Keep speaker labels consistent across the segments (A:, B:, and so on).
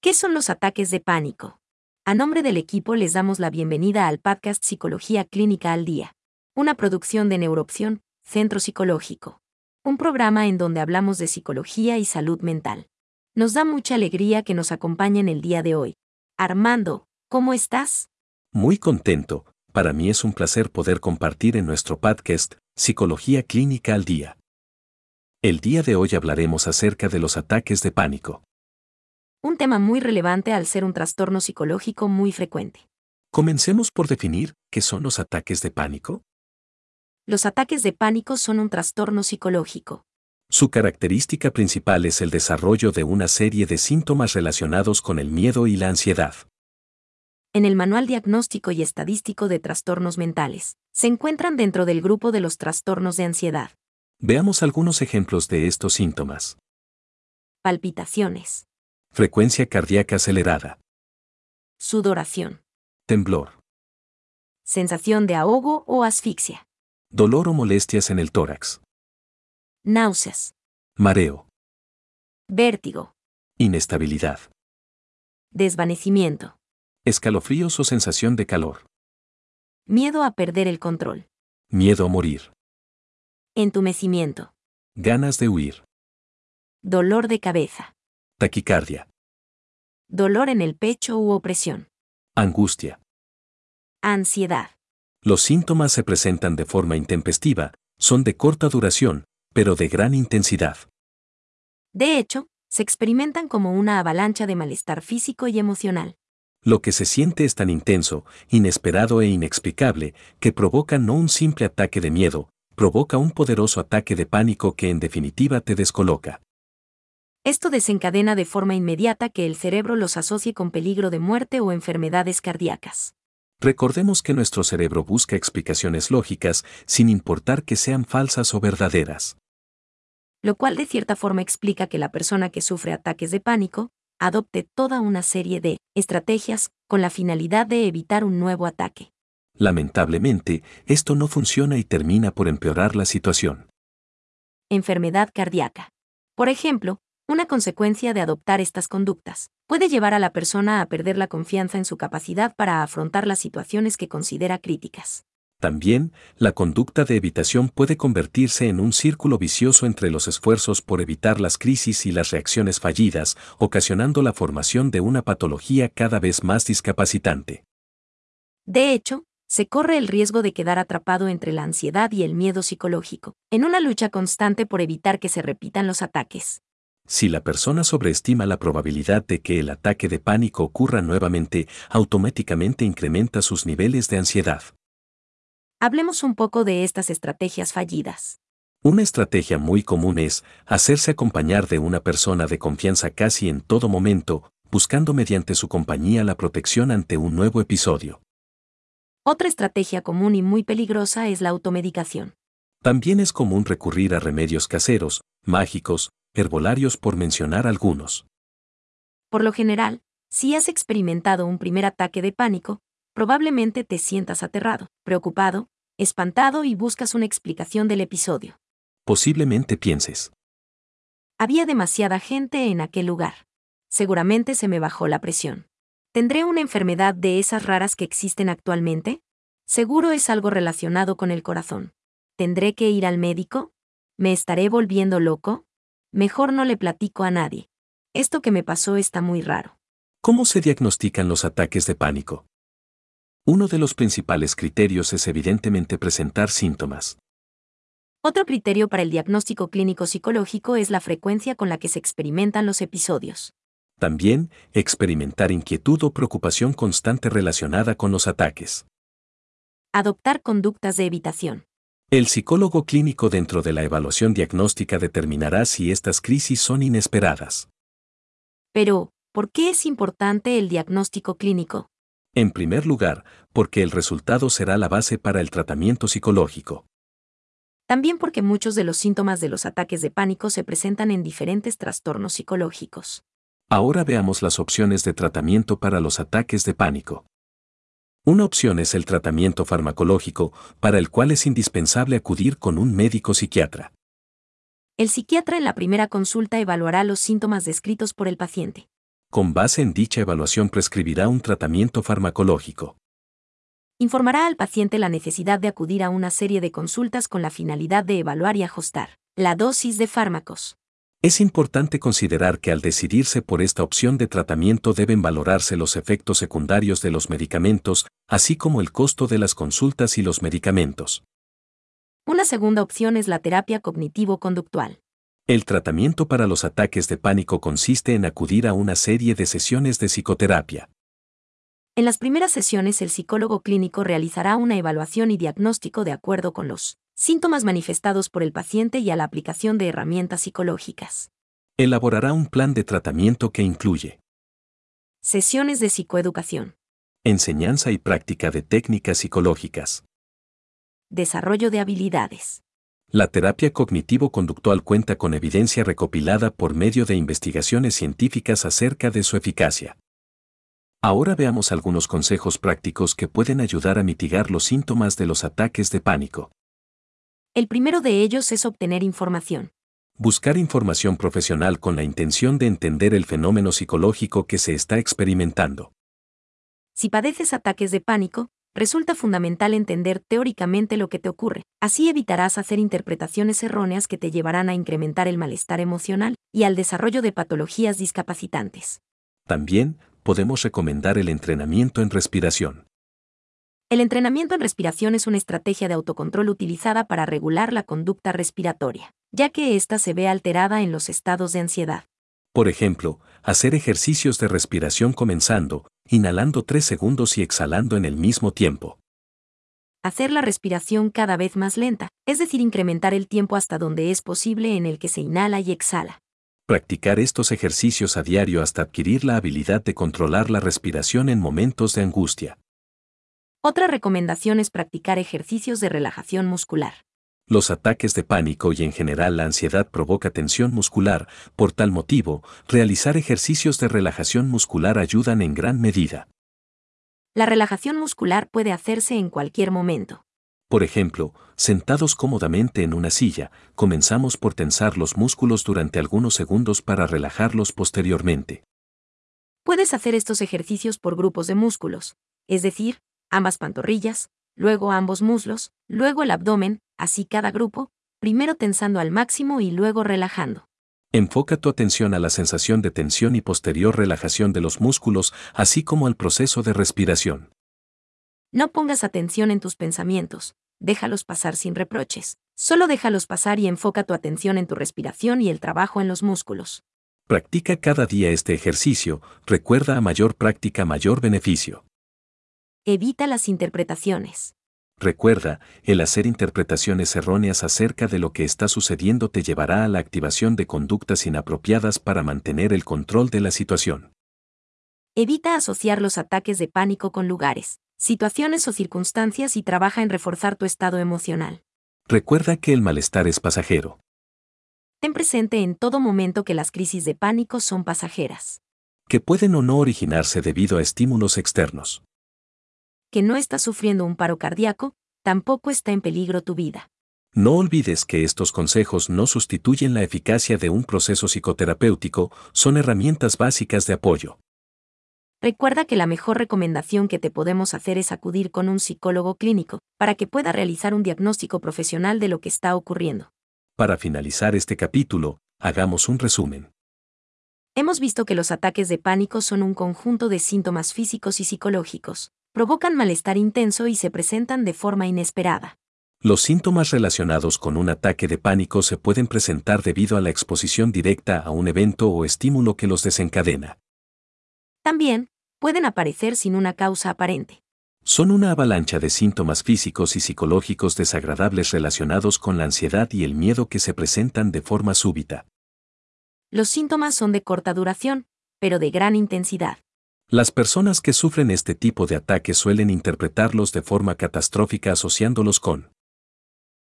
A: ¿Qué son los ataques de pánico? A nombre del equipo les damos la bienvenida al podcast Psicología Clínica al Día, una producción de Neuroopción, Centro Psicológico, un programa en donde hablamos de psicología y salud mental. Nos da mucha alegría que nos acompañen el día de hoy. Armando, ¿cómo estás?
B: Muy contento, para mí es un placer poder compartir en nuestro podcast Psicología Clínica al Día. El día de hoy hablaremos acerca de los ataques de pánico.
A: Un tema muy relevante al ser un trastorno psicológico muy frecuente.
B: Comencemos por definir qué son los ataques de pánico.
A: Los ataques de pánico son un trastorno psicológico.
B: Su característica principal es el desarrollo de una serie de síntomas relacionados con el miedo y la ansiedad.
A: En el Manual Diagnóstico y Estadístico de Trastornos Mentales, se encuentran dentro del grupo de los trastornos de ansiedad.
B: Veamos algunos ejemplos de estos síntomas.
A: Palpitaciones,
B: Frecuencia cardíaca acelerada,
A: sudoración,
B: temblor,
A: sensación de ahogo o asfixia,
B: dolor o molestias en el tórax,
A: náuseas,
B: mareo,
A: vértigo,
B: inestabilidad,
A: desvanecimiento,
B: escalofríos o sensación de calor,
A: miedo a perder el control,
B: miedo a morir,
A: entumecimiento,
B: ganas de huir,
A: dolor de cabeza,
B: taquicardia,
A: dolor en el pecho u opresión,
B: angustia.
A: ansiedad,
B: Los síntomas se presentan de forma intempestiva, son de corta duración, pero de gran intensidad.
A: De hecho, se experimentan como una avalancha de malestar físico y emocional.
B: Lo que se siente es tan intenso, inesperado e inexplicable, que provoca no un simple ataque de miedo, provoca un poderoso ataque de pánico que en definitiva te descoloca.
A: Esto desencadena de forma inmediata que el cerebro los asocie con peligro de muerte o enfermedades cardíacas.
B: Recordemos que nuestro cerebro busca explicaciones lógicas, sin importar que sean falsas o verdaderas.
A: lo cual de cierta forma explica que la persona que sufre ataques de pánico adopte toda una serie de estrategias con la finalidad de evitar un nuevo ataque.
B: Lamentablemente, esto no funciona y termina por empeorar la situación.
A: Enfermedad cardíaca. Por ejemplo, una consecuencia de adoptar estas conductas puede llevar a la persona a perder la confianza en su capacidad para afrontar las situaciones que considera críticas.
B: También, la conducta de evitación puede convertirse en un círculo vicioso entre los esfuerzos por evitar las crisis y las reacciones fallidas, ocasionando la formación de una patología cada vez más discapacitante.
A: De hecho, se corre el riesgo de quedar atrapado entre la ansiedad y el miedo psicológico, en una lucha constante por evitar que se repitan los ataques.
B: Si la persona sobreestima la probabilidad de que el ataque de pánico ocurra nuevamente, automáticamente incrementa sus niveles de ansiedad.
A: Hablemos un poco de estas estrategias fallidas.
B: Una estrategia muy común es hacerse acompañar de una persona de confianza casi en todo momento, buscando mediante su compañía la protección ante un nuevo episodio.
A: Otra estrategia común y muy peligrosa es la automedicación.
B: También es común recurrir a remedios caseros, mágicos, herbolarios por mencionar algunos.
A: Por lo general, si has experimentado un primer ataque de pánico, probablemente te sientas aterrado, preocupado, espantado y buscas una explicación del episodio.
B: Posiblemente pienses,
A: Había demasiada gente en aquel lugar. Seguramente se me bajó la presión. ¿Tendré una enfermedad de esas raras que existen actualmente? Seguro es algo relacionado con el corazón. ¿Tendré que ir al médico? ¿Me estaré volviendo loco? Mejor no le platico a nadie. Esto que me pasó está muy raro.
B: ¿cómo se diagnostican los ataques de pánico? Uno de los principales criterios es evidentemente presentar síntomas.
A: Otro criterio para el diagnóstico clínico psicológico es la frecuencia con la que se experimentan los episodios.
B: También, experimentar inquietud o preocupación constante relacionada con los ataques.
A: Adoptar conductas de evitación.
B: El psicólogo clínico dentro de la evaluación diagnóstica determinará si estas crisis son inesperadas.
A: Pero, ¿por qué es importante el diagnóstico clínico?
B: En primer lugar, porque el resultado será la base para el tratamiento psicológico.
A: También porque muchos de los síntomas de los ataques de pánico se presentan en diferentes trastornos psicológicos.
B: Ahora veamos las opciones de tratamiento para los ataques de pánico. Una opción es el tratamiento farmacológico, para el cual es indispensable acudir con un médico psiquiatra.
A: El psiquiatra en la primera consulta evaluará los síntomas descritos por el paciente.
B: con base en dicha evaluación prescribirá un tratamiento farmacológico.
A: Informará al paciente la necesidad de acudir a una serie de consultas con la finalidad de evaluar y ajustar la dosis de fármacos.
B: Es importante considerar que al decidirse por esta opción de tratamiento deben valorarse los efectos secundarios de los medicamentos, así como el costo de las consultas y los medicamentos.
A: Una segunda opción es la terapia cognitivo-conductual.
B: El tratamiento para los ataques de pánico consiste en acudir a una serie de sesiones de psicoterapia.
A: En las primeras sesiones el psicólogo clínico realizará una evaluación y diagnóstico de acuerdo con los síntomas manifestados por el paciente y a la aplicación de herramientas psicológicas.
B: Elaborará un plan de tratamiento que incluye
A: Sesiones de psicoeducación.
B: enseñanza y práctica de técnicas psicológicas.
A: Desarrollo de habilidades.
B: La terapia cognitivo-conductual cuenta con evidencia recopilada por medio de investigaciones científicas acerca de su eficacia. Ahora veamos algunos consejos prácticos que pueden ayudar a mitigar los síntomas de los ataques de pánico.
A: El primero de ellos es obtener información.
B: Buscar información profesional con la intención de entender el fenómeno psicológico que se está experimentando.
A: Si padeces ataques de pánico, resulta fundamental entender teóricamente lo que te ocurre. Así evitarás hacer interpretaciones erróneas que te llevarán a incrementar el malestar emocional y al desarrollo de patologías discapacitantes.
B: También podemos recomendar el entrenamiento en respiración.
A: El entrenamiento en respiración es una estrategia de autocontrol utilizada para regular la conducta respiratoria, ya que ésta se ve alterada en los estados de ansiedad.
B: Por ejemplo, hacer ejercicios de respiración comenzando, inhalando 3 segundos y exhalando en el mismo tiempo.
A: Hacer la respiración cada vez más lenta, es decir, incrementar el tiempo hasta donde es posible en el que se inhala y exhala.
B: Practicar estos ejercicios a diario hasta adquirir la habilidad de controlar la respiración en momentos de angustia.
A: Otra recomendación es practicar ejercicios de relajación muscular.
B: Los ataques de pánico y en general la ansiedad provoca tensión muscular, por tal motivo, realizar ejercicios de relajación muscular ayudan en gran medida.
A: La relajación muscular puede hacerse en cualquier momento.
B: Por ejemplo, sentados cómodamente en una silla, comenzamos por tensar los músculos durante algunos segundos para relajarlos posteriormente.
A: Puedes hacer estos ejercicios por grupos de músculos, es decir, ambas pantorrillas, luego ambos muslos, luego el abdomen, así cada grupo, primero tensando al máximo y luego relajando.
B: Enfoca tu atención a la sensación de tensión y posterior relajación de los músculos, así como al proceso de respiración.
A: No pongas atención en tus pensamientos, déjalos pasar sin reproches. Solo déjalos pasar y enfoca tu atención en tu respiración y el trabajo en los músculos.
B: Practica cada día este ejercicio, recuerda a mayor práctica mayor beneficio.
A: Evita las interpretaciones.
B: Recuerda, el hacer interpretaciones erróneas acerca de lo que está sucediendo te llevará a la activación de conductas inapropiadas para mantener el control de la situación.
A: Evita asociar los ataques de pánico con lugares, situaciones o circunstancias y trabaja en reforzar tu estado emocional.
B: Recuerda que el malestar es pasajero.
A: Ten presente en todo momento que las crisis de pánico son pasajeras,
B: que pueden o no originarse debido a estímulos externos.
A: que no estás sufriendo un paro cardíaco, tampoco está en peligro tu vida.
B: No olvides que estos consejos no sustituyen la eficacia de un proceso psicoterapéutico, son herramientas básicas de apoyo.
A: Recuerda que la mejor recomendación que te podemos hacer es acudir con un psicólogo clínico para que pueda realizar un diagnóstico profesional de lo que está ocurriendo.
B: Para finalizar este capítulo, hagamos un resumen.
A: Hemos visto que los ataques de pánico son un conjunto de síntomas físicos y psicológicos, provocan malestar intenso y se presentan de forma inesperada.
B: Los síntomas relacionados con un ataque de pánico se pueden presentar debido a la exposición directa a un evento o estímulo que los desencadena.
A: También, pueden aparecer sin una causa aparente.
B: Son una avalancha de síntomas físicos y psicológicos desagradables relacionados con la ansiedad y el miedo que se presentan de forma súbita.
A: Los síntomas son de corta duración, pero de gran intensidad.
B: Las personas que sufren este tipo de ataques suelen interpretarlos de forma catastrófica asociándolos con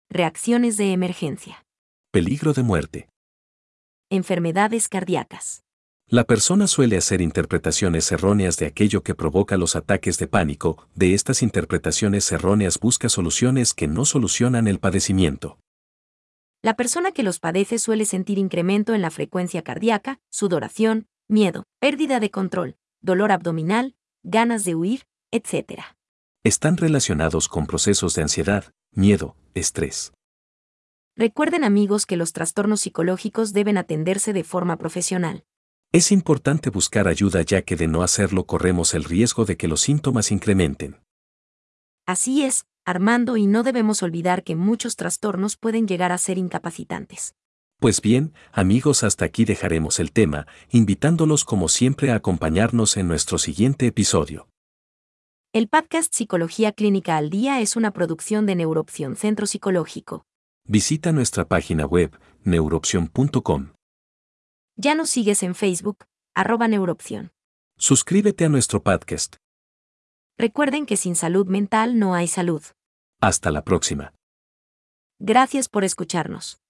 A: Reacciones de emergencia.
B: peligro de muerte.
A: Enfermedades cardíacas.
B: La persona suele hacer interpretaciones erróneas de aquello que provoca los ataques de pánico, de estas interpretaciones erróneas busca soluciones que no solucionan el padecimiento.
A: La persona que los padece suele sentir incremento en la frecuencia cardíaca, sudoración, miedo, pérdida de control, dolor abdominal, ganas de huir, etc.
B: Están relacionados con procesos de ansiedad, miedo, estrés.
A: Recuerden amigos que los trastornos psicológicos deben atenderse de forma profesional.
B: Es importante buscar ayuda ya que de no hacerlo corremos el riesgo de que los síntomas incrementen.
A: Así es, Armando, y no debemos olvidar que muchos trastornos pueden llegar a ser incapacitantes.
B: Pues bien, amigos, hasta aquí dejaremos el tema, invitándolos como siempre a acompañarnos en nuestro siguiente episodio.
A: El podcast Psicología Clínica al Día es una producción de Neuroopción Centro Psicológico.
B: Visita nuestra página web, neuroopción.com.
A: Ya nos sigues en Facebook, arroba Neuroopción.
B: Suscríbete a nuestro podcast.
A: Recuerden que sin salud mental no hay salud.
B: Hasta la próxima.
A: Gracias por escucharnos.